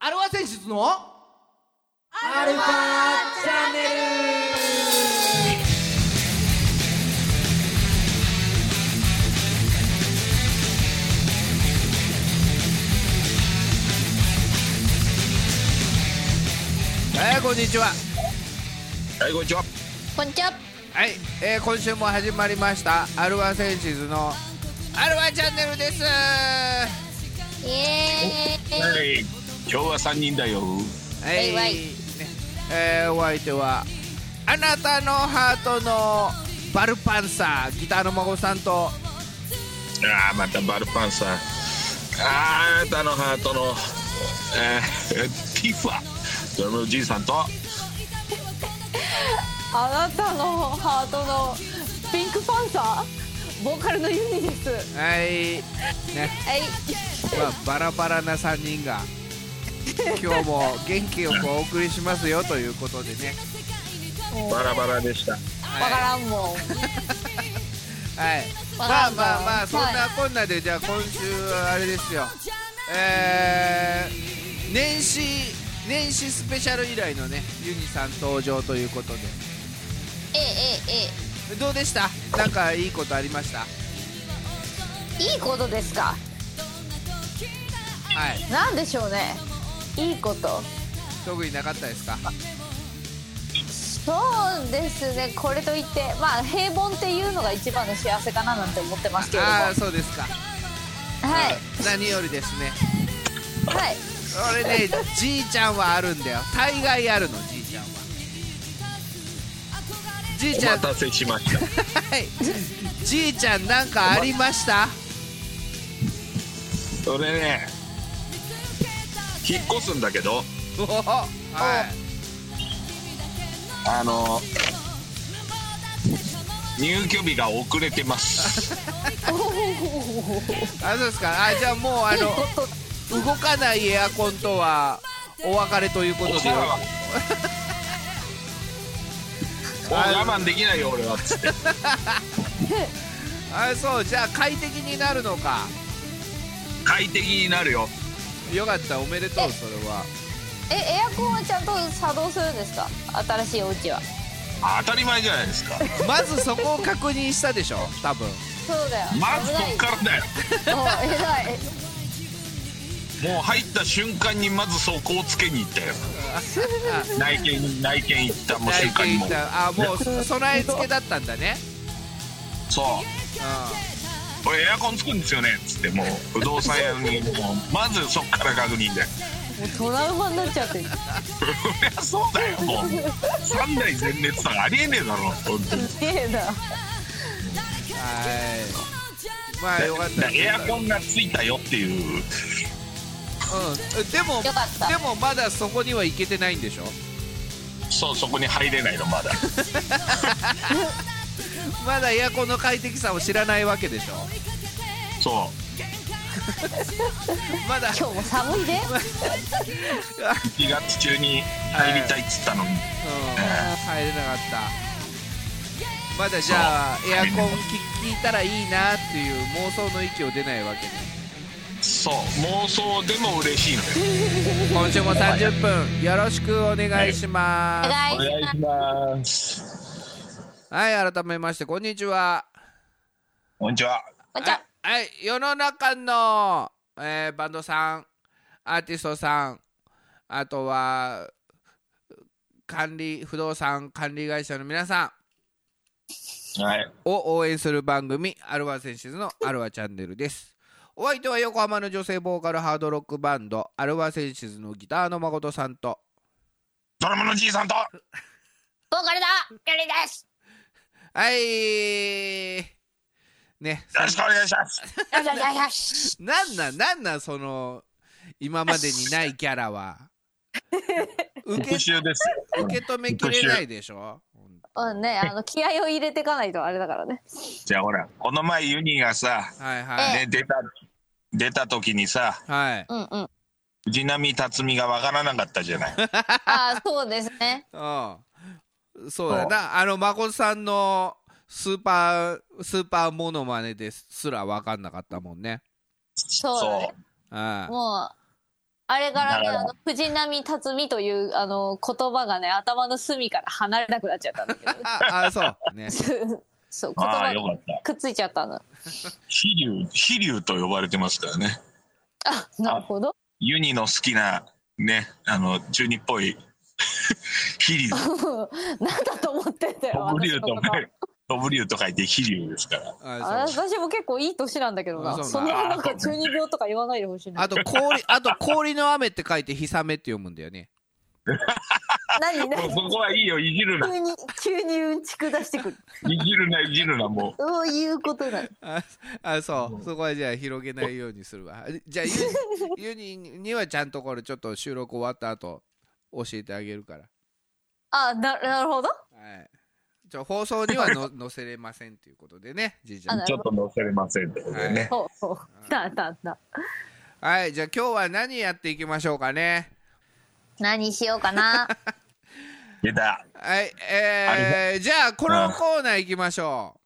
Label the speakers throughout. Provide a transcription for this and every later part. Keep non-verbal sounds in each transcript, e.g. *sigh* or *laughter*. Speaker 1: アルファ選出のアルファチャンネル
Speaker 2: はい、こんにちは。
Speaker 3: はい、こんにちは。
Speaker 4: こんにちは。
Speaker 2: はい、えー今週も始まりました。アルワセンシズの。アルワチャンネルです。は
Speaker 4: イエーイ。
Speaker 3: い、今日は三人だ
Speaker 4: い
Speaker 3: よ。
Speaker 4: わい
Speaker 2: ね、えーお相手は。あなたのハートの。バルパンサー、ギターの孫さんと。
Speaker 3: ああ、またバルパンさん。あーあなたのハートの。えー、ティファ。ドラムのじいさんと。
Speaker 5: あなたのハートのピンクパンサーボーカルのユニです
Speaker 2: はい。ね、
Speaker 4: はい。
Speaker 2: まあ、バラバラな三人
Speaker 4: *laughs*
Speaker 2: が。今日も元気よくお送りしますよということでね。
Speaker 3: バラバラでした。
Speaker 5: わからんもん
Speaker 2: *laughs* はい、
Speaker 4: わ
Speaker 2: ま
Speaker 4: か
Speaker 2: あ
Speaker 4: んない
Speaker 2: まあまあそん
Speaker 5: は
Speaker 2: なこんなで、じゃあ今週はあれですよえー、年始年始スペシャル以来のねユニさん登場ということで
Speaker 4: えええ
Speaker 2: どうでしたなんかいいことありましたは
Speaker 4: ええいいことですか。
Speaker 2: い
Speaker 5: なんでしょうねいいこと
Speaker 2: 特になかったですか
Speaker 5: そうですねこれといってまあ平凡っていうのが一番の幸せかななんて思ってますけれども
Speaker 2: あ
Speaker 5: は
Speaker 2: あー *laughs* そうですか
Speaker 5: い
Speaker 2: 何よりですね
Speaker 5: はい
Speaker 2: 俺ねじいちゃんはあるんだよ大概あるのじいちゃんはじい
Speaker 3: お
Speaker 2: ちゃん
Speaker 3: 待たせしました。
Speaker 2: はいじいちゃんなんかありました
Speaker 3: それね。引っ越すんだけど。
Speaker 2: おおはい
Speaker 3: あの。入居日が遅れてます。
Speaker 2: あそうですかあじゃあもうあの動かないエアコンとはお別れということ
Speaker 3: お
Speaker 2: で
Speaker 3: 世話は。もう我慢できないよ
Speaker 2: *laughs*
Speaker 3: 俺はつって
Speaker 2: あそうじゃあ快適になるのか
Speaker 3: 快適になるよ
Speaker 2: よかったおめでとうそれは
Speaker 5: えエアコンはちゃんと作動するんですか新しいお家は
Speaker 3: 当たり前じゃないですか
Speaker 2: まずそこを確認したでしょ多分
Speaker 5: そうだよ
Speaker 3: まずこっからだよ
Speaker 5: 危ないお偉い
Speaker 3: もう入った瞬間にまずそこをつけに行ったよ内見内見行ったもう
Speaker 2: 大
Speaker 3: 瞬間に
Speaker 2: 体
Speaker 3: もう
Speaker 2: あもうそ備え付けだったんだね
Speaker 3: そう
Speaker 2: う
Speaker 3: これエアコンつくんですよねっつってもう不動産屋にもうまずそっから確 *laughs* 認だよ
Speaker 5: もうトラウマになっちゃってる
Speaker 3: そりゃそうだよもう3代前列さんありえねえだろ本当に
Speaker 5: すげえなん
Speaker 2: はいまあよかった
Speaker 3: エアコンがついたよっていう
Speaker 2: うんでも
Speaker 4: よかった
Speaker 2: でもまだそこには行けてないんでしょ
Speaker 3: そうそこに入れないのまだ
Speaker 2: まだエアコンの快適さを知らないわけでしょ
Speaker 3: そ
Speaker 2: まだ
Speaker 5: 今日も寒いね
Speaker 3: う1月中に入りたいっつったのに
Speaker 2: うん入れなかったまだじゃあ
Speaker 3: そう
Speaker 2: エアコン効いたらいいなっていう妄想の域を出ないわけね
Speaker 3: そう妄想でも嬉しいのよ
Speaker 2: 今週も30分よろしくお願いしま
Speaker 4: お
Speaker 2: す
Speaker 4: 願
Speaker 3: お
Speaker 4: いし
Speaker 3: 願いします
Speaker 2: はい改めましてこんにちは
Speaker 3: こんにちは
Speaker 4: こんにちは
Speaker 2: あはい世の中の、えーバンドさんアーティストさんあとは管理不動産管理会社の皆さん
Speaker 3: はい
Speaker 2: を応援する番組アルワセンシズのアルワチャンネルですお相手は横浜の女性ボーカルハードロックバンドアルワセンシズのギターの誠さんと
Speaker 3: ドラムのじいさんと
Speaker 4: ボーカルだ。キャリーです。
Speaker 2: はいね
Speaker 3: よろしくお願いします
Speaker 4: よしよしよしよし。
Speaker 2: なんなんなんなんその今までにないギャラ *laughs* は受け
Speaker 3: 復習ですよ
Speaker 2: 受け止めきれないでしょ
Speaker 5: うんねあの気合を入れていかないとあれだからね
Speaker 3: じゃあほらこの前ユニがさ、
Speaker 2: はいはい
Speaker 3: ね、出た出た時にさ
Speaker 2: はい
Speaker 4: *laughs* うんうん。あ
Speaker 3: 藤波辰巳がわからなかったじゃない
Speaker 4: あそうですね。
Speaker 2: うんそうだなあの誠さんのスーパースーパーモノマネですら分かんなかったもんね
Speaker 4: そうだね
Speaker 2: ああ
Speaker 4: もう
Speaker 5: あれからね、
Speaker 3: なる
Speaker 5: あ
Speaker 3: ほど
Speaker 5: の、藤波辰巳という、あの、言葉がね、頭の隅から離れなくなっちゃったんだけど。
Speaker 2: ああそうね
Speaker 5: そう、言
Speaker 3: ああ、よ
Speaker 5: 葉
Speaker 3: かった。
Speaker 5: くっついちゃったの。
Speaker 3: 飛竜、飛竜と呼ばれてますからね。
Speaker 5: あ、なるほど。 *laughs*
Speaker 3: ユニの好きな、ね、あの、中二っぽい、 *laughs* 飛竜。
Speaker 5: なんだと思ってんだよ、
Speaker 3: 飛ぶ
Speaker 5: 私
Speaker 3: 竜
Speaker 5: の
Speaker 3: と
Speaker 5: こ
Speaker 3: ね
Speaker 5: と。、
Speaker 3: 飛ぶ竜と書いて飛竜ですから。
Speaker 2: あ
Speaker 5: あ
Speaker 2: そう
Speaker 5: 私も結構いい年なんだけど
Speaker 2: あそ
Speaker 5: な。
Speaker 2: うな
Speaker 5: そんななんか中二病とか言わないでほしいな
Speaker 2: あ。と氷あと氷の雨って書いて「ひさめ」って読むんだよね
Speaker 5: 何
Speaker 3: こ
Speaker 5: 何
Speaker 3: ここはいいよ、いじるな。
Speaker 5: 急に、急にうんちく出してくる。
Speaker 3: いじるな、いじるな、も
Speaker 5: そういうことなの。
Speaker 2: ああそうそこはじゃあ広げないようにするわじゃあユニユニにはちゃんとこれちょっと収録終わった後教えてあげるから
Speaker 5: あ、な、なるほど。
Speaker 2: はいちょ放送にはの載せれませんということでねじいちゃん
Speaker 5: あ
Speaker 3: う。ちょっと載せれませんってことでね。
Speaker 5: *laughs* そうそう。だ、だ、だ。
Speaker 2: はいじゃあ今日は何やっていきましょうかね
Speaker 4: 何しようかな。
Speaker 3: 出た。
Speaker 2: はいえー、じゃあこのコーナー行きましょ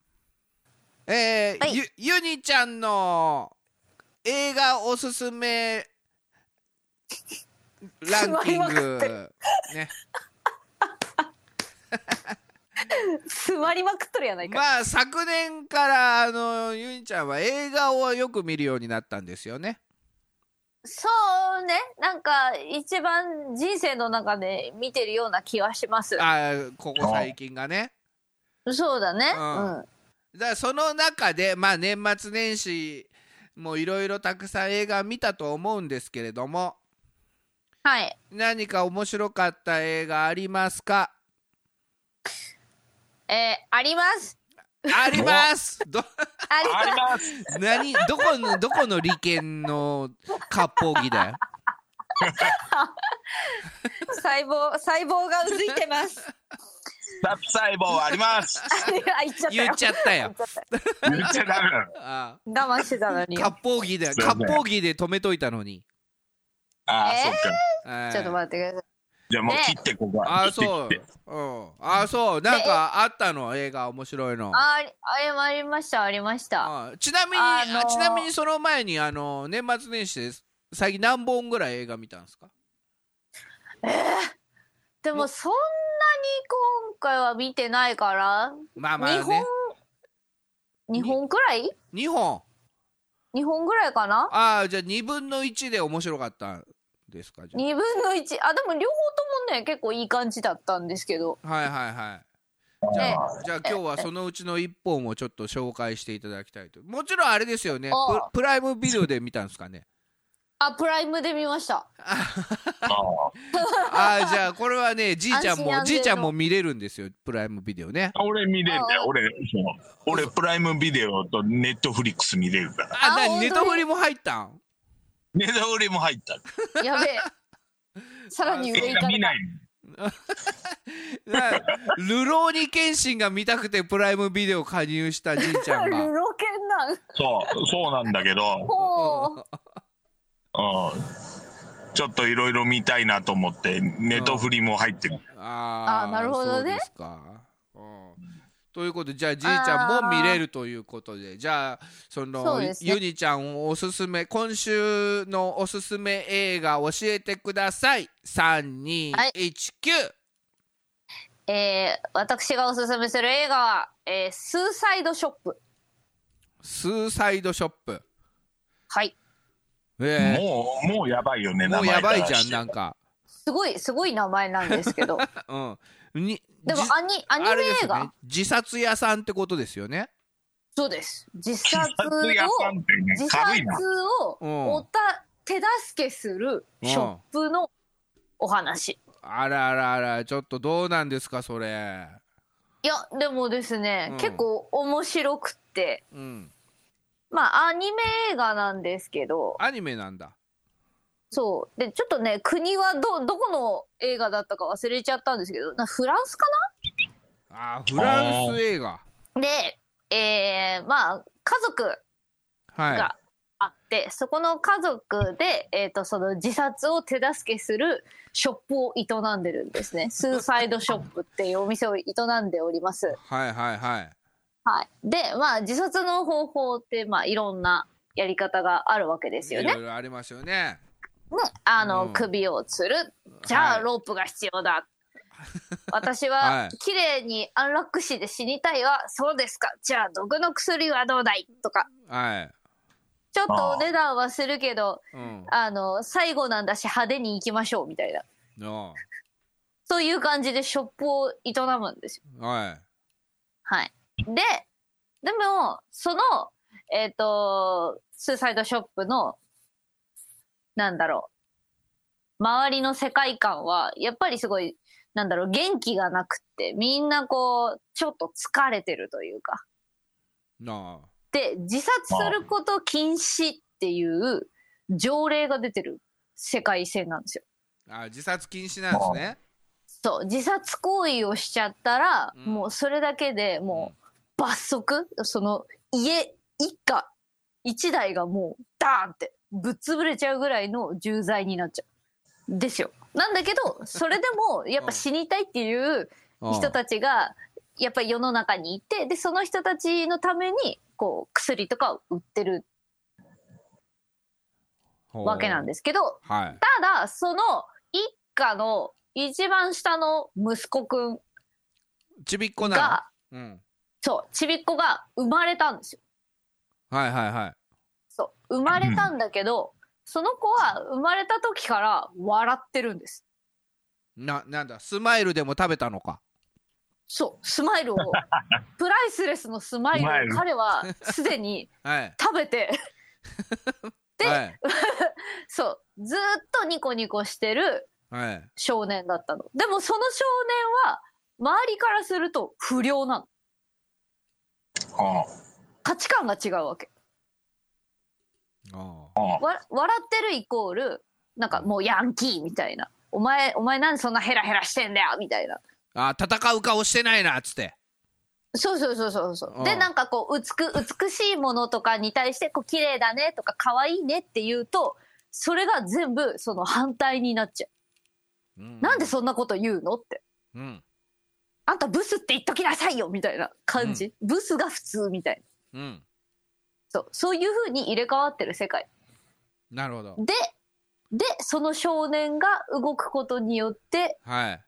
Speaker 2: うえ
Speaker 4: は
Speaker 2: ー
Speaker 4: い
Speaker 2: ゆゆにちゃんの映画おすすめランキングね
Speaker 5: 詰まりまくっとるやないか。
Speaker 2: まあ昨年からあのゆにちゃんは映画をよく見るようになったんですよね。
Speaker 5: そうね。なんか、一番人生の中で見てるような気はします。
Speaker 2: あーここ最近がね。
Speaker 5: そうだね。
Speaker 2: うん
Speaker 5: うん。
Speaker 2: だからその中でまあ年末年始もいろいろたくさん映画見たと思うんですけれども
Speaker 5: はい。
Speaker 2: 何か面白かった映画ありますか
Speaker 5: えー、あります。
Speaker 2: ありますど
Speaker 5: あ
Speaker 3: あり
Speaker 5: り
Speaker 3: ます。
Speaker 2: 何どこのどこの利権の割烹着だよ。
Speaker 5: 細胞、細胞がうずいてます。 *laughs*
Speaker 3: サプ細胞あります。
Speaker 5: あ言っ *laughs* ちゃったよ。
Speaker 2: 言っちゃったよ。
Speaker 3: 言っちゃダメなの。
Speaker 2: あ
Speaker 5: 我慢してたの
Speaker 2: ー
Speaker 5: に。ち
Speaker 2: 割烹着だよ。
Speaker 3: すいません
Speaker 2: 割烹着で止めといたのに。
Speaker 3: ああ、
Speaker 5: えー
Speaker 3: そっか。
Speaker 2: えー
Speaker 5: ょっと待ってください。
Speaker 3: じゃあもう
Speaker 5: ね
Speaker 3: 切ってここは。
Speaker 2: あー
Speaker 3: 切って
Speaker 2: そう、
Speaker 3: 切って
Speaker 2: うん、あーそうなんかあったの映画面白いの
Speaker 5: あ、あれもありました、ありました。
Speaker 2: あーちなみに、
Speaker 5: あのー
Speaker 2: あちなみにその前にあの年末年始です最近何本ぐらい映画見たんですか
Speaker 5: でも、そんなに今回は見てないから、
Speaker 2: まあまあ
Speaker 5: 日本
Speaker 2: ね、
Speaker 5: 日本くらい
Speaker 2: 2本
Speaker 5: 日本ぐらいかな
Speaker 2: ああじゃあ2分の1で面白かったんですかじゃ
Speaker 5: ?2 分の1。あ、でも両方ともね、結構いい感じだったんですけど。
Speaker 2: あはいはいはいじゃあじゃあ今日はそのうちの1本をちょっと紹介していただきたいともちろんあれですよね
Speaker 5: あー
Speaker 2: ププライムビデオで見たんですかね
Speaker 5: あ、プライムで見ました。
Speaker 3: あ
Speaker 2: ああじゃあこれはねじいちゃん
Speaker 5: 安心安全
Speaker 2: も
Speaker 5: の
Speaker 2: じいちゃんも見れるんですよプライムビデオね
Speaker 3: ー俺見れる
Speaker 5: あー
Speaker 3: 俺、そう俺プライムビデオとネットフリックス見れるから。
Speaker 2: あ、
Speaker 5: あ
Speaker 2: なに
Speaker 5: 本当
Speaker 2: ネ
Speaker 5: に
Speaker 2: タフリも入ったん
Speaker 3: ネタフリも入った。
Speaker 5: やべえ。
Speaker 2: *laughs*
Speaker 5: さらに上
Speaker 3: 映
Speaker 5: 行か
Speaker 3: 画見
Speaker 5: れた
Speaker 3: ない。
Speaker 2: なルローニケンシンが見たくてプライムビデオ加入したじいちゃん
Speaker 5: *laughs* ル
Speaker 2: が。
Speaker 5: ロケンなん。
Speaker 3: そう、そうなんだけど、
Speaker 5: ほう。
Speaker 3: うんちょっといろいろ見たいなと思って、ネットフリも入ってる。
Speaker 2: あ
Speaker 5: あなるほど
Speaker 2: そ
Speaker 5: ね
Speaker 2: うですか。うんということでじゃあじいちゃんも見れるということでじゃあそ
Speaker 5: そ
Speaker 2: の
Speaker 5: うですね
Speaker 2: ゆにちゃんおすすめ今週のおすすめ映画教えてください3219、
Speaker 5: はいえー、私がおすすめする映画は、えー、スーサイドショップ。
Speaker 2: スーサイドショップ、
Speaker 5: はい。
Speaker 2: ええ
Speaker 3: もう、もうやばいよね、
Speaker 2: もうやばいじゃん
Speaker 3: 名
Speaker 2: な
Speaker 3: 前
Speaker 2: んか、
Speaker 5: すごい、すごい名前なんです
Speaker 2: *laughs*
Speaker 5: けど。
Speaker 2: うん、に
Speaker 5: でも
Speaker 2: じ
Speaker 5: アニ、アニ
Speaker 2: あ
Speaker 5: メ
Speaker 2: れです
Speaker 5: 映
Speaker 2: よ
Speaker 5: 画、
Speaker 2: ね自殺屋さんってことですよね
Speaker 5: そうです。自
Speaker 3: から
Speaker 5: 殺
Speaker 3: して。自殺
Speaker 5: を、
Speaker 3: 屋さんってね
Speaker 5: 自
Speaker 3: 軽いな。
Speaker 5: 殺を
Speaker 2: うん
Speaker 5: おた、手助けするショップのお話。
Speaker 2: あらあらあらちょっとどうなんですかそれ
Speaker 5: いや、でもですね、
Speaker 2: うん
Speaker 5: 結構面白くって、
Speaker 2: うん
Speaker 5: まあ、アニメ映画なんですけど、
Speaker 2: アニメなんだ
Speaker 5: そう。で、ちょっとね、国はど、どこの映画だったか忘れちゃったんですけど、なフランスか
Speaker 2: あーフランス映画
Speaker 5: なで、えー、まあ、家族
Speaker 2: は
Speaker 5: があって、そこの家族で、えー、とその自殺を手助けするショップを営んでるんですねスーサイドショップっていうお店を営んでおります
Speaker 2: い、はいはいはい
Speaker 5: はい、でまあ自殺の方法って、まあ、いろんなやり方があるわけですよ
Speaker 2: い
Speaker 5: ね
Speaker 2: ろいろありますよね
Speaker 5: あの、
Speaker 2: うん
Speaker 5: 首を吊る。じゃ
Speaker 2: は
Speaker 5: あ、
Speaker 2: い
Speaker 5: ロープが必要だ。私
Speaker 2: は、
Speaker 5: はい綺麗に安楽死で死にたいは、そうですか。じゃあ、毒の薬はどうだいとか。
Speaker 2: はい、
Speaker 5: ちょっと
Speaker 3: あー
Speaker 5: お値段はするけど、
Speaker 2: うん、
Speaker 5: あの、最後なんだし派手に行きましょう、みたいな。
Speaker 2: の
Speaker 5: そういう感じでショップを営むんですよ。
Speaker 2: は
Speaker 5: はい。で、でも、その、えっ、と、スーサイドショップの、なんだろう、周りの世界観は、やっぱりすごい、なんだろう、元気がなくって、みんなこう、ちょっと疲れてるというか。
Speaker 2: いの
Speaker 5: で、自殺すること禁止っていう条例が出てる世界線なんですよ。
Speaker 2: あ自殺禁止なんですね
Speaker 5: そう自殺行為をしちゃったら、
Speaker 2: うん
Speaker 5: もうそれだけでもう罰則その家一家一台がもうダーンってぶっ潰れちゃうぐらいの重罪になっちゃうですよなんだけどそれでもやっぱ死にたいっていう
Speaker 2: うん
Speaker 5: 人たちがやっぱり世の中にいてでその人たちのためにこう薬とかを売ってるわけなんですすけど
Speaker 2: はい
Speaker 5: ただその一家の一番下の息子くん
Speaker 2: ちびっこ
Speaker 5: が
Speaker 2: なのうん
Speaker 5: そう、ちびっこが生まれたんですよ。
Speaker 2: はいはいはい
Speaker 5: そう、生まれたんだけど、その子は生まれた時から笑ってるんです。
Speaker 2: ななんだスマイルでも食べたのか
Speaker 5: そう、スマイ
Speaker 3: *laughs*
Speaker 5: ルを、プライスレスのスマイルを
Speaker 3: スマイル
Speaker 5: 彼はす
Speaker 3: *laughs*
Speaker 5: でに
Speaker 2: はい
Speaker 5: 食べて、で
Speaker 2: はい
Speaker 5: そう、ずーっとニコニコしてる
Speaker 2: はい
Speaker 5: 少年だったの。でもその少年は、周りからすると不良なの。
Speaker 3: あ
Speaker 5: 価値観が違うわけ。
Speaker 2: あ
Speaker 3: あ
Speaker 5: わ笑ってるイコールなんかもうヤンキーみたいなお前お前なんでそんなヘラヘラしてんだよみたいな
Speaker 2: あ戦う顔してないなっつって
Speaker 5: そうそうそうそうそううんでなんかこう美美しいものとかに対してこう綺麗だねとか可愛いねって言うとそれが全部その反対になっちゃうなんでそんなこと言うのって
Speaker 2: うん
Speaker 5: あんたブスって言っときなさいよみたいな感じ、ブスが普通みたいな
Speaker 2: うん
Speaker 5: そうそういう風に入れ替わってる世界
Speaker 2: なるほど
Speaker 5: ででその少年が動くことによって
Speaker 2: はい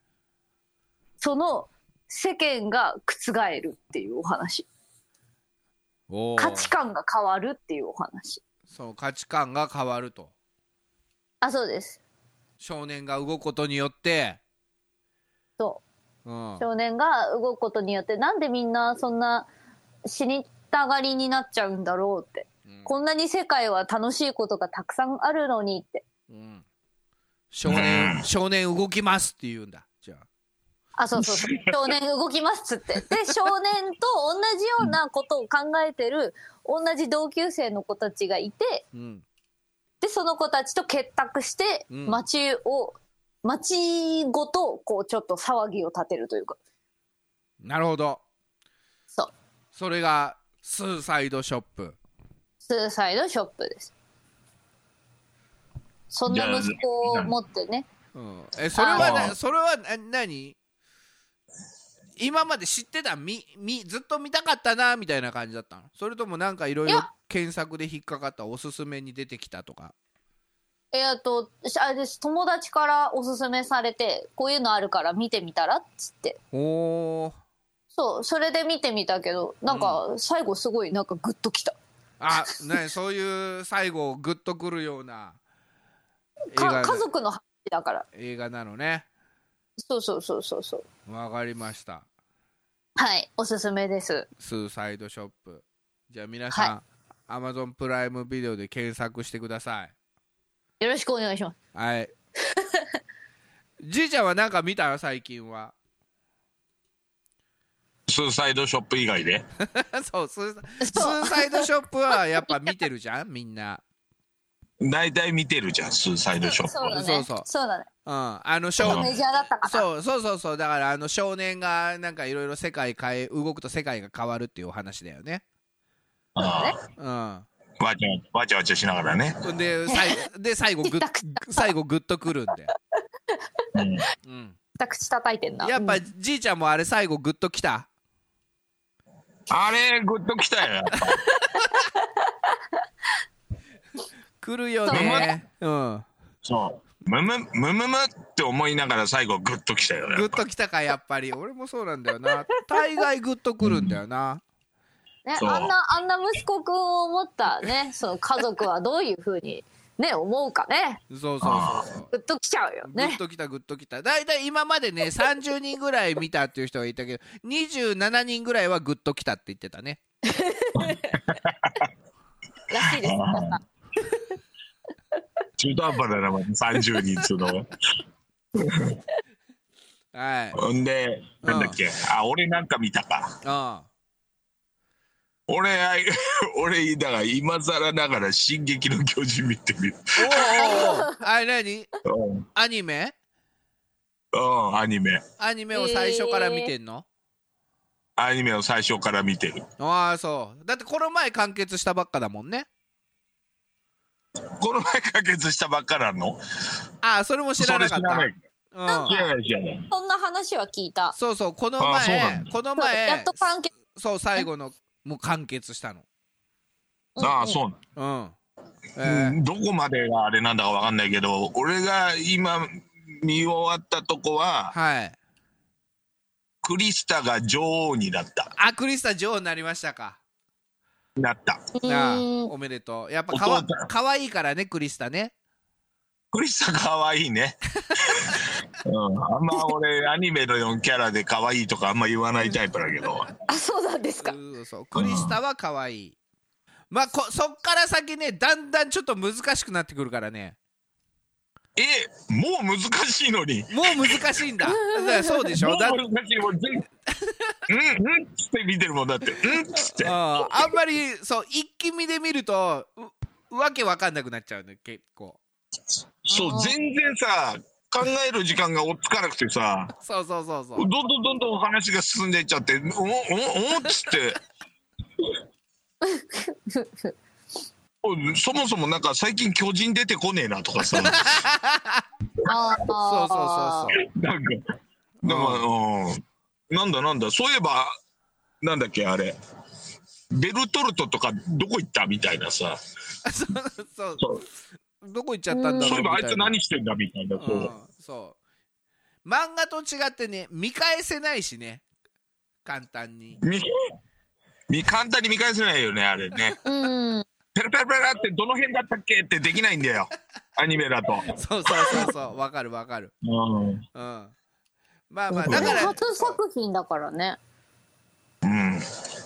Speaker 5: その世間が覆るっていうお話
Speaker 2: おー
Speaker 5: 価値観が変わるっていうお話
Speaker 2: そう価値観が変わると
Speaker 5: あそうです
Speaker 2: 少年が動くことによって
Speaker 5: そ
Speaker 2: うん
Speaker 5: う少年が動くことによってなんでみんなそんな死にたがりになっちゃうんだろうって、
Speaker 2: うん
Speaker 5: こんなに世界は楽しいことがたくさんあるのにって
Speaker 2: うん少年少年動きますって言うんだじゃあ
Speaker 5: あそうそうそう *laughs* 少年動きますっつってで少年と同じようなことを考えてる同じ同級生の子たちがいて
Speaker 2: うん
Speaker 5: でその子たちと結託して
Speaker 2: うん
Speaker 5: 町を、町ごとこうちょっと騒ぎを立てるというか
Speaker 2: なるほど
Speaker 5: そう
Speaker 2: それがスーサイドショップ
Speaker 5: スーサイドショップですそんな息子を持ってね
Speaker 2: うん、えそれは
Speaker 3: あ
Speaker 2: な
Speaker 3: ー
Speaker 2: それはな何今まで知ってたみみずっと見たかったなみたいな感じだったのそれともなんかいろい
Speaker 5: い
Speaker 2: ろ
Speaker 5: や
Speaker 2: 検索で引っかかったおすすめに出てきたとか
Speaker 5: えっとあれです友達からおすすめされてこういうのあるから見てみたらっつって
Speaker 2: おー
Speaker 5: そうそれで見てみたけどなんか最後すごいなんかグッときた、
Speaker 2: あ
Speaker 5: *laughs*
Speaker 2: ねそういう最後グッとくるような映
Speaker 5: か
Speaker 2: 画
Speaker 5: 家族の話だから
Speaker 2: 映画なのね
Speaker 5: そうそうそうそうそう
Speaker 2: わかりました
Speaker 5: はいおすすめです
Speaker 2: スーサイドショップじゃあ皆さん、アマゾンプライムビデオで検索してください
Speaker 5: よろしくお願いします
Speaker 2: はいじいちゃんはなんか見た最近は *laughs*
Speaker 3: スーサイドショップ以外で
Speaker 2: そうスース
Speaker 5: そう
Speaker 2: ーサイドショップはやっぱ見てるじゃんみんな、
Speaker 3: 大体見てるじゃんスーサイドショップ
Speaker 5: そうだね
Speaker 2: そうそう
Speaker 5: そうだね
Speaker 2: うん、あの
Speaker 5: ちょっ
Speaker 2: 少
Speaker 5: とメジャーだったから
Speaker 2: そうそうそうそうだからあの少年がなんかいろいろ世界変え動くと世界が変わるっていうお話だよね
Speaker 3: あ
Speaker 2: うん
Speaker 3: あわちゃわちゃわちゃしながらね、
Speaker 2: で最後で最後グッ最後グッとくるんで、
Speaker 3: うん
Speaker 2: うん、
Speaker 5: た口叩いてんな
Speaker 2: やっ
Speaker 5: う
Speaker 2: ぱ
Speaker 5: ん
Speaker 2: じいちゃんもあれ最後グッときた
Speaker 3: あれグッときたよやっぱ
Speaker 2: くるよねうん
Speaker 3: そう。むむ、むむむって思いながら最後グッときたよね。
Speaker 2: グッときたかやっぱり俺もそうなんだよな大概グッとくるんだよな、
Speaker 5: ね、
Speaker 3: そう
Speaker 5: あんな、あんな息子くんを思ったね、その家族はどういうふうにね、思うかね。
Speaker 2: そうそうそうそう
Speaker 5: グッときちゃうよ
Speaker 2: グッ
Speaker 5: ね。
Speaker 2: ときたグッときた大体今までね30人ぐらい見たっていう人がいたけど27人ぐらいはグッときたって言ってたね
Speaker 5: らしいです。
Speaker 3: 中途半端だな、また30人っつうのも。
Speaker 2: はい
Speaker 3: ほんで、なんだっけ。あ、俺なんか見たか。
Speaker 2: あ
Speaker 3: 俺、あい *laughs* 俺、だから今更ながら進撃の巨人見てみる。
Speaker 2: おおおうおうあれ何
Speaker 3: うん。
Speaker 2: アニメ
Speaker 3: うん、アニメ。
Speaker 2: アニメを最初から見てんの、
Speaker 3: アニメを最初から見てる。
Speaker 2: ああそうだってこの前完結したばっかだもんね
Speaker 3: この前可決したばっかなの
Speaker 2: ああそれも知らなかっ
Speaker 3: そ
Speaker 2: た
Speaker 3: れ
Speaker 2: うん
Speaker 3: 知らない。知らない、知らない。
Speaker 5: そんな話は聞いた。
Speaker 2: そうそうこの
Speaker 3: あそうな
Speaker 2: 前
Speaker 3: んだ
Speaker 2: この前
Speaker 5: やっと関係。
Speaker 2: そう最後のもう完結したの
Speaker 3: ああ、そう
Speaker 2: うんえ
Speaker 3: なの、
Speaker 2: ー
Speaker 3: どこまでがあれなんだかわかんないけど、俺が今見終わったとこは、
Speaker 2: はい
Speaker 3: クリスタが女王になった。
Speaker 2: あクリスタ女王になりましたか
Speaker 3: なった。
Speaker 5: う
Speaker 2: なあ
Speaker 5: ーん。
Speaker 2: おめでとうやっぱかわ
Speaker 3: お父さん
Speaker 2: かわいいからねクリスタね
Speaker 3: クリスタ可愛
Speaker 2: *laughs*
Speaker 3: いね。うん、あんま俺アニメの4キャラで可愛いとかあんま言わないタイプだけど。
Speaker 5: あ、そうなんですか。
Speaker 2: うんそうクリスタはかわいいまあこそっから先ねだんだんちょっと難しくなってくるからね
Speaker 3: え、もう難しいのに。
Speaker 2: もう難しい
Speaker 3: *laughs*
Speaker 2: んだだからそうでし
Speaker 3: も
Speaker 2: ょ
Speaker 3: う
Speaker 2: だ
Speaker 3: 難しい。もう全うん、うんっつって見てるもんだって。うんっつって。
Speaker 2: ああんまりそう一気見で見るとうわけわかんなくなっちゃうね結構
Speaker 3: そう、全然さ、考える時間が追っつかなくてさ、
Speaker 2: そうそうそうそ
Speaker 3: ど
Speaker 2: うん
Speaker 3: どんどんどん話が進んでいっちゃって、おおおおっつって。そもそもなんか最近巨人出てこねえなとかさ、なんか、
Speaker 5: ああ。
Speaker 2: そうそうそうそう
Speaker 3: なんか、うん、なんだなんだ、そういえば、なんだっけ、あれ、ベルトルトとかどこ行ったみたいなさ、
Speaker 2: そう *laughs*
Speaker 3: そう
Speaker 2: どこ行っちゃったんだ
Speaker 3: そ
Speaker 2: ろ
Speaker 3: ういうえ
Speaker 2: み
Speaker 3: ばあい
Speaker 2: た
Speaker 3: つ
Speaker 2: いな
Speaker 3: 何してんだみたいな、こ
Speaker 2: う、
Speaker 3: うん
Speaker 2: そう漫画と違ってね見返せないしね簡単に
Speaker 3: 見見簡単に見返せないよね、あれね。
Speaker 5: うん。
Speaker 3: ペラペラペラってどの辺だったっけってできないんだよ。アニメだと。
Speaker 2: そうそうそうそうわかるわかる
Speaker 3: うん。
Speaker 2: うんまあまあだ
Speaker 5: こ
Speaker 2: か
Speaker 5: れ
Speaker 2: ら
Speaker 5: 初作品だからね。
Speaker 3: うん。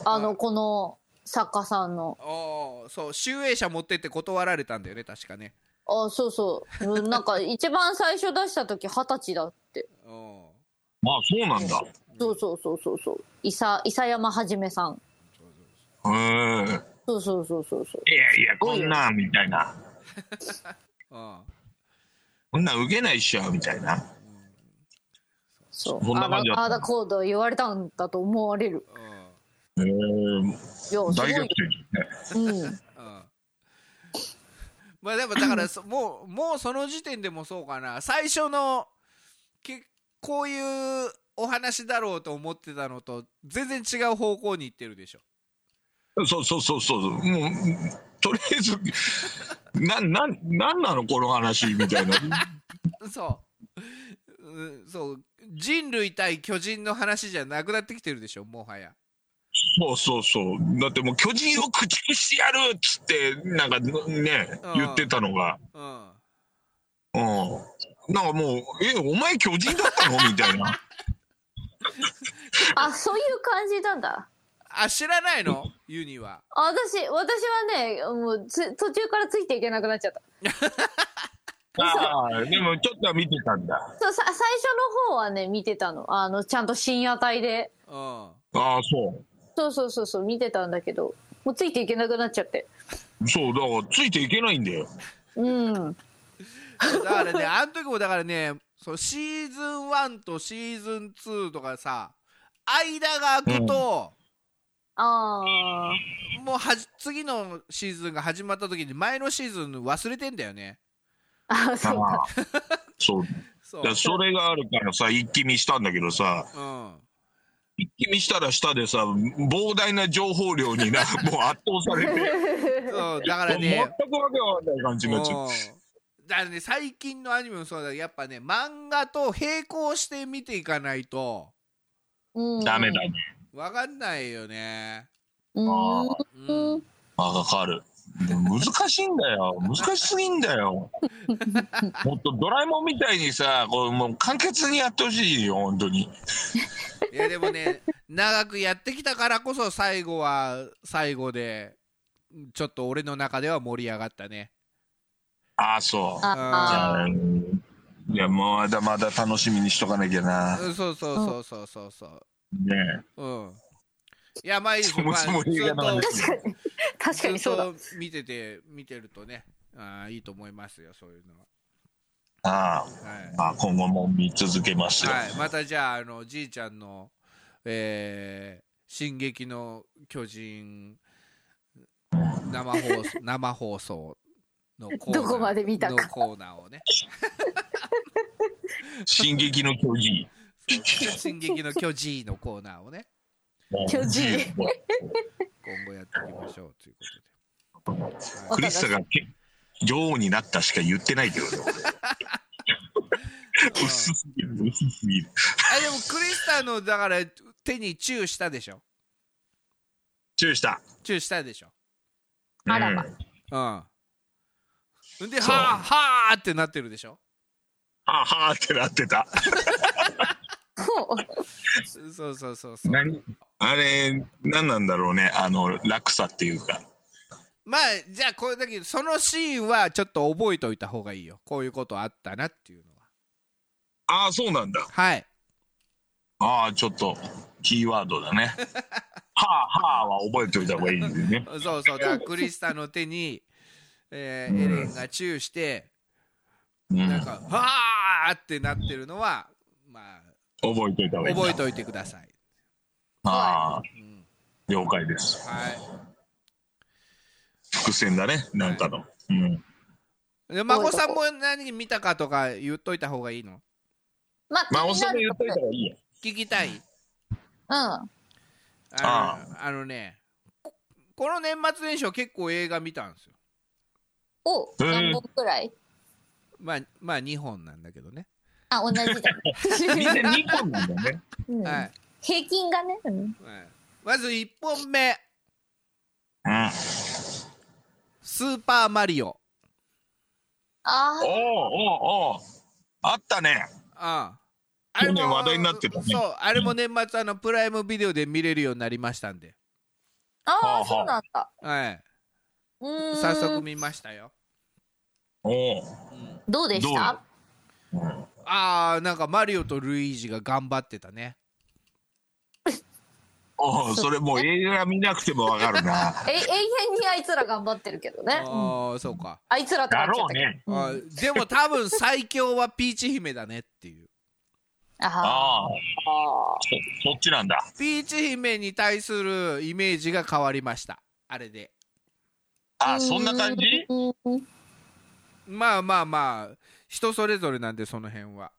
Speaker 5: あの、この作家さんの。
Speaker 2: おーそう集英社持ってって断られたんだよね確かね
Speaker 5: あ、そうそううん。なんか一番最初出した時二十歳だって。
Speaker 2: おー
Speaker 3: まあそうなんだ。
Speaker 5: そうそうそうそうそう。伊佐、伊佐山はじめさん。
Speaker 3: うん。
Speaker 5: そうそうそうそうそう。
Speaker 3: いやいや、こんなんみたいな。
Speaker 2: うん
Speaker 3: こんなん受けないっしょ、みたいな。
Speaker 5: そう。
Speaker 3: そんな感じだった
Speaker 5: あだこうだ言われたんだと思われる。
Speaker 2: うん
Speaker 3: えー、
Speaker 5: いや、すごい
Speaker 3: 大逆
Speaker 5: よ。
Speaker 3: 転ですね。
Speaker 5: うん。
Speaker 2: うんまあでもだからそもうもうその時点でもそうかな最初のけこういうお話だろうと思ってたのと全然違う方向に行ってるでしょ
Speaker 3: そうそうそうそう。もう、とりあえず、 *laughs* な、な、なんなのこの話、みたいな。 *laughs*
Speaker 2: そう、うん、そう人類対巨人の話じゃなくなってきてるでしょもはや
Speaker 3: そうそうそう。だってもう巨人を駆逐してやるっつって、なんかね
Speaker 2: うん、
Speaker 3: 言ってたのが。
Speaker 2: うん
Speaker 3: うん。なんかもう、え、お前巨人だったのみたいな。
Speaker 5: *laughs* あ、そういう感じなんだ。
Speaker 2: あ知らないのユニは
Speaker 5: あ私、私はね、もうつ途中からついていけなくなっちゃった。
Speaker 3: ああ、でもちょっとは見てたんだ。
Speaker 5: そうさ最初の方はね、見てたの。あの、ちゃんと深夜帯で。
Speaker 2: うん
Speaker 3: ああ、そ
Speaker 5: そうそうそうそう、見てたんだけど、もうついていけなくなっちゃって。
Speaker 3: う。そう、だからついていけないんだよ。
Speaker 5: うん。
Speaker 2: そうだ *laughs* からねあの時もだからねそうシーズン1とシーズン2とかさ間が空くと、
Speaker 5: ああ。
Speaker 2: もうはじ次のシーズンが始まった時に前のシーズン忘れてんだよね
Speaker 5: あ、そうか。
Speaker 3: ああそう。
Speaker 2: そう
Speaker 3: だからそれがあるからさ、一気見したんだけどさ、
Speaker 2: うん
Speaker 3: 一気見したら下でさ、膨大な情報量に
Speaker 5: *laughs*
Speaker 3: な、もう圧倒されて、
Speaker 2: そうだから
Speaker 3: 全
Speaker 2: ね
Speaker 3: くわけわかんない感じになっちゃう。
Speaker 2: うんだからね最近のアニメもそうだけどやっぱね漫画と並行して見ていかないと
Speaker 5: うん
Speaker 3: ダメだね。
Speaker 2: 分かんないよね。
Speaker 5: うん
Speaker 3: あ
Speaker 2: うん
Speaker 3: あ、わかる。でも難しいんだよ。難しすぎんだ
Speaker 5: *laughs*
Speaker 3: よ。もっとドラえもんみたいにさ、こうもう簡潔にやってほしいよ、本当に。
Speaker 2: いやでもね長くやってきたからこそ最後は最後でちょっと俺の中では盛り上がったね
Speaker 3: ああ、そう。
Speaker 5: あー
Speaker 3: うんいや、もうまだまだ楽しみにしとかなきゃな。
Speaker 2: うんそうそうそうそうそうそ
Speaker 3: ね
Speaker 2: ううんいやまあいい
Speaker 3: え。
Speaker 2: です
Speaker 3: そもそも映画の話。
Speaker 5: 確かにそうだ。
Speaker 2: ずっと見てて見てるとねあーいいと思いますよそういうのは
Speaker 3: あ
Speaker 2: はい
Speaker 3: あ、、まあ今後も見続けますよ。
Speaker 2: はい、またじゃああのじいちゃんのえー「進撃の巨人」生放送生放送のコーナー
Speaker 6: どこまで見たか
Speaker 2: のコーナーをね
Speaker 3: 進撃の巨人。
Speaker 2: 進撃の巨人のコーナーをね、
Speaker 6: 巨人
Speaker 2: 今後やっていきましょうということで。
Speaker 3: クリスタがけ女王になったしか言ってないけどね。俺薄すぎる、薄すぎる。
Speaker 2: あ、でもクリスタの、だから、手にチューしたでしょ
Speaker 3: チューした。
Speaker 2: チューしたでしょ
Speaker 5: あらま
Speaker 3: うん
Speaker 2: うん。んで、
Speaker 3: そう
Speaker 2: はあ、はあってなってるでしょ
Speaker 3: あはーってなってた。
Speaker 2: そうそうそうそう。
Speaker 3: 何あれ、何なんだろうね。あの、落差っていうか。
Speaker 2: まあ、じゃあ、これだけど、そのシーンはちょっと覚えておいた方がいいよ。こういうことあったなっていうのは。
Speaker 3: ああ、そうなんだ。
Speaker 2: はい。
Speaker 3: ああ、ちょっと、キーワードだ *laughs* ね。はあ、はあは覚えておいた方がいいんでね。
Speaker 2: そうそう。だから、クリスタの手に、えーエレンがチューして、
Speaker 3: うん、
Speaker 2: なんか、はあってなってるのは、まあ、
Speaker 3: 覚えておいた方がいい。
Speaker 2: 覚えておいてください。
Speaker 3: ああ、
Speaker 2: うん、
Speaker 3: 了解です。
Speaker 2: は
Speaker 3: 伏線だね、なんかの。うん。
Speaker 2: い。で、孫さんも何見たかとか言っといた方がいいの
Speaker 5: まあ、
Speaker 3: まあ、お
Speaker 5: 気に
Speaker 3: さ
Speaker 5: な
Speaker 3: め言
Speaker 5: る
Speaker 3: っといた方がいいよ。
Speaker 2: 聞きたい
Speaker 5: うん。
Speaker 2: あのあのね、ここの年末年始は結構映画見たんですよ。
Speaker 5: お、
Speaker 3: ん
Speaker 5: 何本くらい
Speaker 2: まあ、まあ2本なんだけどね。
Speaker 5: あ、同じだ。
Speaker 3: *laughs* みんな2本なんだ *laughs* ね。
Speaker 5: うん
Speaker 2: はい。
Speaker 5: 平均がね。うん
Speaker 2: はいまず1本目、
Speaker 3: うん。
Speaker 2: スーパーマリオ。
Speaker 5: あ
Speaker 3: お
Speaker 5: あ、
Speaker 3: おおうおうあったね。
Speaker 2: あああれも
Speaker 3: 去年話題になってたね
Speaker 2: そう、あれも年末、あの、プライムビデオで見れるようになりましたんで。
Speaker 3: はあ
Speaker 5: あ
Speaker 3: はあ
Speaker 5: あ、そうなんだ。
Speaker 2: はい。
Speaker 5: うーん。
Speaker 2: 早速見ましたよ。
Speaker 3: おお。
Speaker 2: うん
Speaker 5: どうでした
Speaker 3: どううん
Speaker 2: あーなんかマリオとルイージが頑張ってたね
Speaker 3: おうそれもう映画見なくてもわかる *laughs* な。
Speaker 5: え、永遠にあいつら頑張ってるけどね。うん
Speaker 2: ああそうか、
Speaker 5: あいつらとか
Speaker 3: だ
Speaker 5: 言っちゃ
Speaker 3: ろ
Speaker 5: っ
Speaker 3: う
Speaker 5: た
Speaker 3: ね。
Speaker 5: けどうん
Speaker 2: あーでも多分最強はピーチ姫だねっていう
Speaker 5: あ
Speaker 3: ああ、
Speaker 5: あ。
Speaker 3: そそっちなんだ。
Speaker 2: ピーチ姫に対するイメージが変わりましたあれで
Speaker 3: ああ、そんな感じ
Speaker 5: うん
Speaker 2: まあまあまあ人それぞれなんでその辺は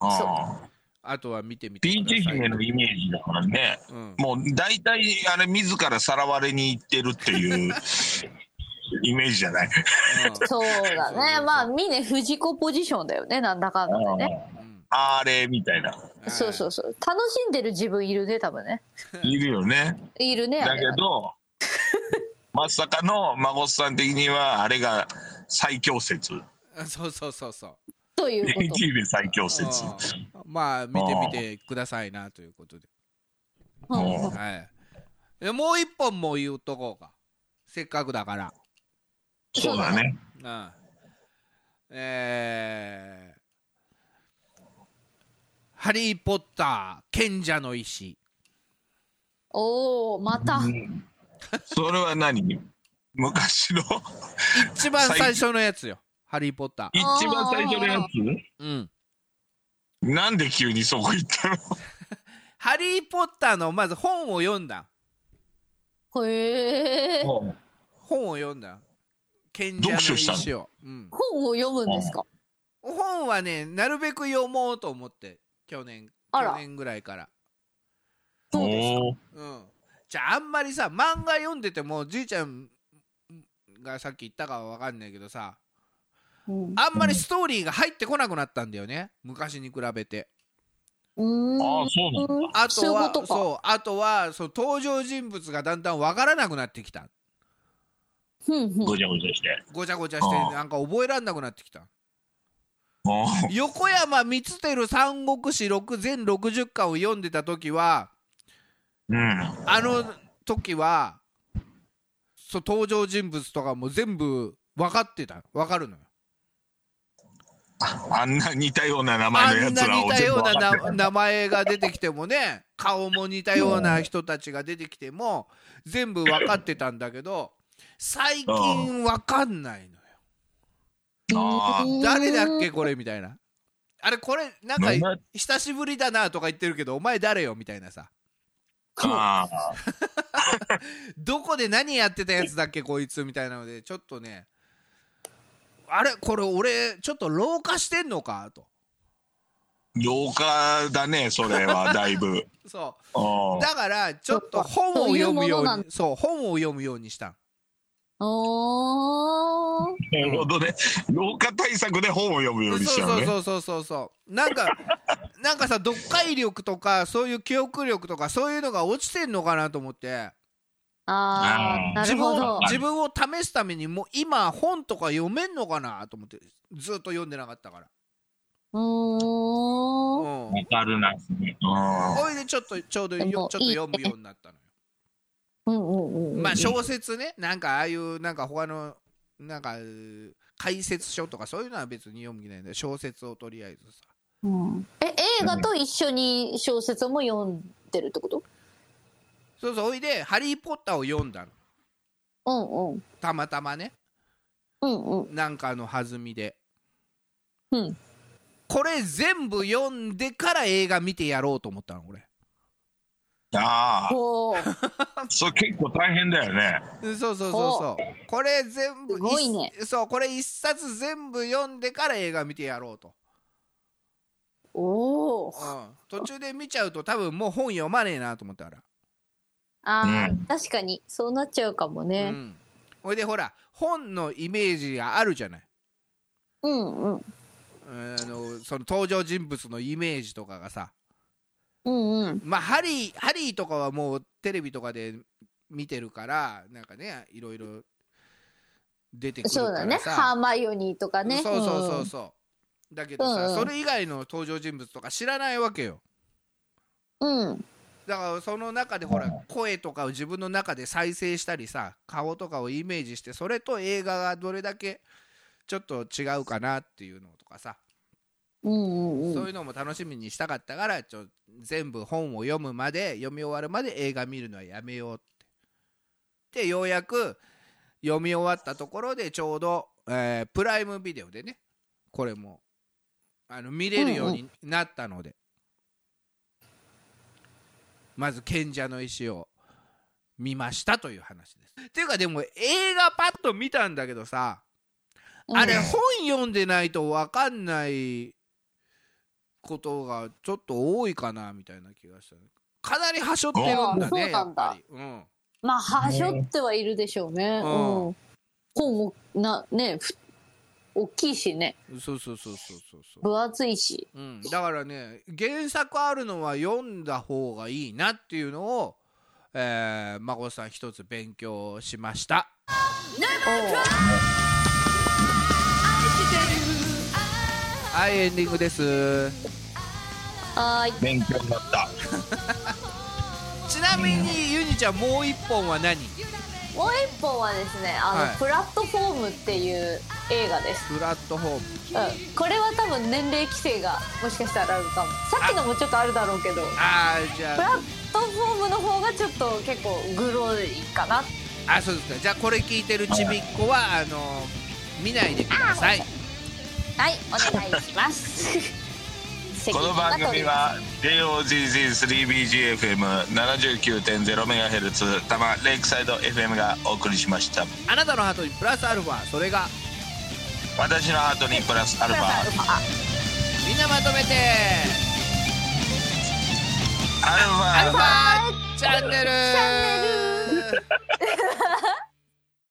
Speaker 3: ああ。
Speaker 2: あとは見てみてく
Speaker 3: ピー
Speaker 2: ださい
Speaker 3: チ姫のイメージだからね。
Speaker 2: うん、
Speaker 3: もう大体あれ自らさらわれに行ってるって *laughs* いうイメージじゃない。
Speaker 5: そうだ
Speaker 2: そうそうそ
Speaker 5: ね
Speaker 2: う。
Speaker 5: まあ、峰藤子ポジションだよね、なんだかんだでね。
Speaker 2: うん
Speaker 3: あれみたいな。
Speaker 2: うん
Speaker 5: そうそうそう。楽しんでる自分いるね、多分ね。
Speaker 3: いるよね。
Speaker 5: いるね、あ
Speaker 3: だけ
Speaker 5: れはね。 *laughs*
Speaker 3: ど、まさかの孫さん的には、あれが最強説。
Speaker 2: あ *laughs* そうそうそうそう
Speaker 5: というこ
Speaker 3: ピーチ姫最強説。
Speaker 2: うんまあ見てみてくださいなということで
Speaker 5: と。うん
Speaker 3: もう
Speaker 2: はいえもう一本も言っとこうかせっかくだから
Speaker 3: そうだね。
Speaker 2: うんえーハリー・ポッター賢者の石」
Speaker 5: おお、また。
Speaker 3: それは何昔の
Speaker 2: 一番最初のやつよ「ハリー・ポッター
Speaker 3: 一番最初のや」
Speaker 2: うん
Speaker 3: つなんで急にそこ行ったの
Speaker 2: ハリー・ポッターのまず本を読んだ
Speaker 5: へえ。
Speaker 2: 本を読んだ賢者の
Speaker 3: 読書したの
Speaker 2: 石を、うん、
Speaker 5: 本を読むんですか。
Speaker 2: 本はねなるべく読もうと思って去年
Speaker 5: あら
Speaker 2: 去年ぐらいから
Speaker 5: そうです
Speaker 3: おー
Speaker 2: うんじゃああんまりさ漫画読んでてもじいちゃんがさっき言ったかは分かんないけどさ
Speaker 6: うん
Speaker 2: あんまりストーリーが入ってこなくなったんだよね昔に比べて
Speaker 6: うーん
Speaker 3: ああ、そうなんだ。
Speaker 2: あとは
Speaker 6: そういうことか
Speaker 2: そうあとはそう登場人物がだんだんわからなくなってきた
Speaker 6: ふんふん
Speaker 3: ごちゃごちゃして。
Speaker 2: ごちゃごちゃして
Speaker 3: ああ
Speaker 2: なんか覚えらんなくなってきた
Speaker 3: ああ
Speaker 2: 横山光輝三国志6全60巻を読んでた時は
Speaker 3: うん。
Speaker 2: あの時はそう登場人物とかも全部分かってた分かるのよ
Speaker 3: あんな似たような名
Speaker 2: あ
Speaker 3: 前のや
Speaker 2: ん
Speaker 3: つ
Speaker 2: な
Speaker 3: ら
Speaker 2: 似
Speaker 3: を
Speaker 2: た
Speaker 3: 全
Speaker 2: よ
Speaker 3: 部
Speaker 2: うな
Speaker 3: 分かって
Speaker 2: な名前が出てきてもね顔も似たような人たちが出てきても全部分かってたんだけど最近分かんないのよ
Speaker 3: た。ああ。
Speaker 2: 誰だっけこれみたいなあれこれなんか
Speaker 3: 名前
Speaker 2: 久しぶりだなとか言ってるけどお前誰よみたいなさ
Speaker 3: ああ。
Speaker 2: どこで何やってたやつだっけこいつみたいなのでちょっとねあれこれ俺ちょっと老化してんのかと
Speaker 3: 老化だね、それは、だいぶ。
Speaker 2: そう
Speaker 3: ああ
Speaker 2: だからちょっと本を読むよ
Speaker 6: そういうものな
Speaker 2: うんにそう本を読むようにしたん
Speaker 6: おー
Speaker 3: なるほどね。老化対策で本を読むようにしちゃうね。
Speaker 2: そうそうそうそうそうなんか *laughs* なんかさ読解力とかそういう記憶力とかそういうのが落ちてんのかなと思って
Speaker 3: あ
Speaker 5: あ
Speaker 3: ー
Speaker 5: あ、な
Speaker 2: 自
Speaker 5: る
Speaker 2: 分
Speaker 5: ほ
Speaker 2: を
Speaker 5: ど。
Speaker 2: 自分を試すためにもう今本とか読めんのかなと思ってずっと読んでなかったから。
Speaker 6: うーん
Speaker 2: うん
Speaker 3: わかるな。うん。
Speaker 2: おいでちょっとちょうどよ
Speaker 6: で
Speaker 2: ちょっ
Speaker 6: も
Speaker 2: と
Speaker 6: いい
Speaker 2: 読むようになったのよ。
Speaker 6: うんうんうん
Speaker 2: まあ小説ねなんかああいうなんか他のなんかうー解説書とかそういうのは別に読む気ないんだよ小説をとりあえずさ。
Speaker 6: うんえ映画と一緒に小説も読んでるってこと
Speaker 2: そうそうおいで「ハリー・ポッター」を読んだの
Speaker 6: うんうん
Speaker 2: たまたまね
Speaker 6: うんうん
Speaker 2: なんかの弾みで。
Speaker 6: うん
Speaker 2: これ全部読んでから映画見てやろうと思ったの俺。
Speaker 3: ああ。
Speaker 6: おー
Speaker 3: それ結構大変だよね。
Speaker 2: うんそうそうそうそうこれ全部
Speaker 6: すごいね
Speaker 2: 一そうこれ一冊全部読んでから映画見てやろうと、
Speaker 6: お
Speaker 2: う
Speaker 6: ー
Speaker 2: ん、途中で見ちゃうと多分もう本読まねえなと思ったから
Speaker 6: あ
Speaker 3: う
Speaker 6: ー確かにそうなっちゃうかも
Speaker 2: う
Speaker 6: ね
Speaker 2: ん、ほいでほら本のイメージがあるじゃない
Speaker 6: うんうん
Speaker 2: うんあのその登場人物のイメージとかがさ
Speaker 6: うんうん
Speaker 2: まあハリーハリーとかはもうテレビとかで見てるからなんかねいろいろ出てくるか
Speaker 6: そうだね
Speaker 2: らさ
Speaker 6: ハーマイオニーとかね
Speaker 2: そうそうそうそうだけどさ、
Speaker 6: うんうん
Speaker 2: それ以外の登場人物とか知らないわけよ
Speaker 6: うんうん
Speaker 2: だからその中でほら声とかを自分の中で再生したりさ顔とかをイメージしてそれと映画がどれだけちょっと違うかなっていうのとかさ、
Speaker 6: うんうんう
Speaker 2: そうんいうのも楽しみにしたかったからちょ全部本を読むまで読み終わるまで映画見るのはやめようってでようやく読み終わったところでちょうど、えープライムビデオでねこれもあの見れるようになったので、まず賢者の石を見ましたという話です。っていうかでも映画パッと見たんだけどさ、
Speaker 6: うん
Speaker 2: あれ本読んでないと分かんないことがちょっと多いかなみたいな気がしたかなりはしょってるんだ
Speaker 6: あそ
Speaker 2: ね
Speaker 6: うな
Speaker 2: や
Speaker 6: ん
Speaker 2: っ
Speaker 6: だ
Speaker 2: ぱり。うん
Speaker 6: まあはしょってはいるでしょうね
Speaker 2: う
Speaker 6: うんん本もなねふ大きいしね
Speaker 2: そうそうそうそうそうそう、
Speaker 6: 分厚いし
Speaker 2: うん、だからね原作あるのは読んだ方がいいなっていうのを、えー、孫さん一つ勉強しましたはいエンディングです
Speaker 6: はーい
Speaker 3: 勉強になった。
Speaker 2: ちなみにゆにちゃんもう一本は何
Speaker 5: もう一本はですね、あの、
Speaker 2: はい
Speaker 5: プラットフォームっていう映画です。
Speaker 2: プラットフォーム
Speaker 5: うん。これは多分年齢規制がもしかしたらあるかも。さっきのもちょっとあるだろうけど、
Speaker 2: ああじ
Speaker 5: プラ
Speaker 2: ゃ
Speaker 5: ットフォームの方がちょっと結構グロいかな。
Speaker 2: ああそうですかじゃあこれ聞いてるちびっこはあの見ないでください
Speaker 5: はい、お願いし
Speaker 6: *laughs*
Speaker 5: ます。 *laughs*
Speaker 3: この番組は JOZZ3BGFM79.0MHz 多摩レイクサイド FM がお送りしました
Speaker 2: あなたのハートにプラスアルファそれが
Speaker 3: 私のハートにプラスアルファ
Speaker 2: みんなまとめて
Speaker 3: アルファ
Speaker 2: アルファチャンネル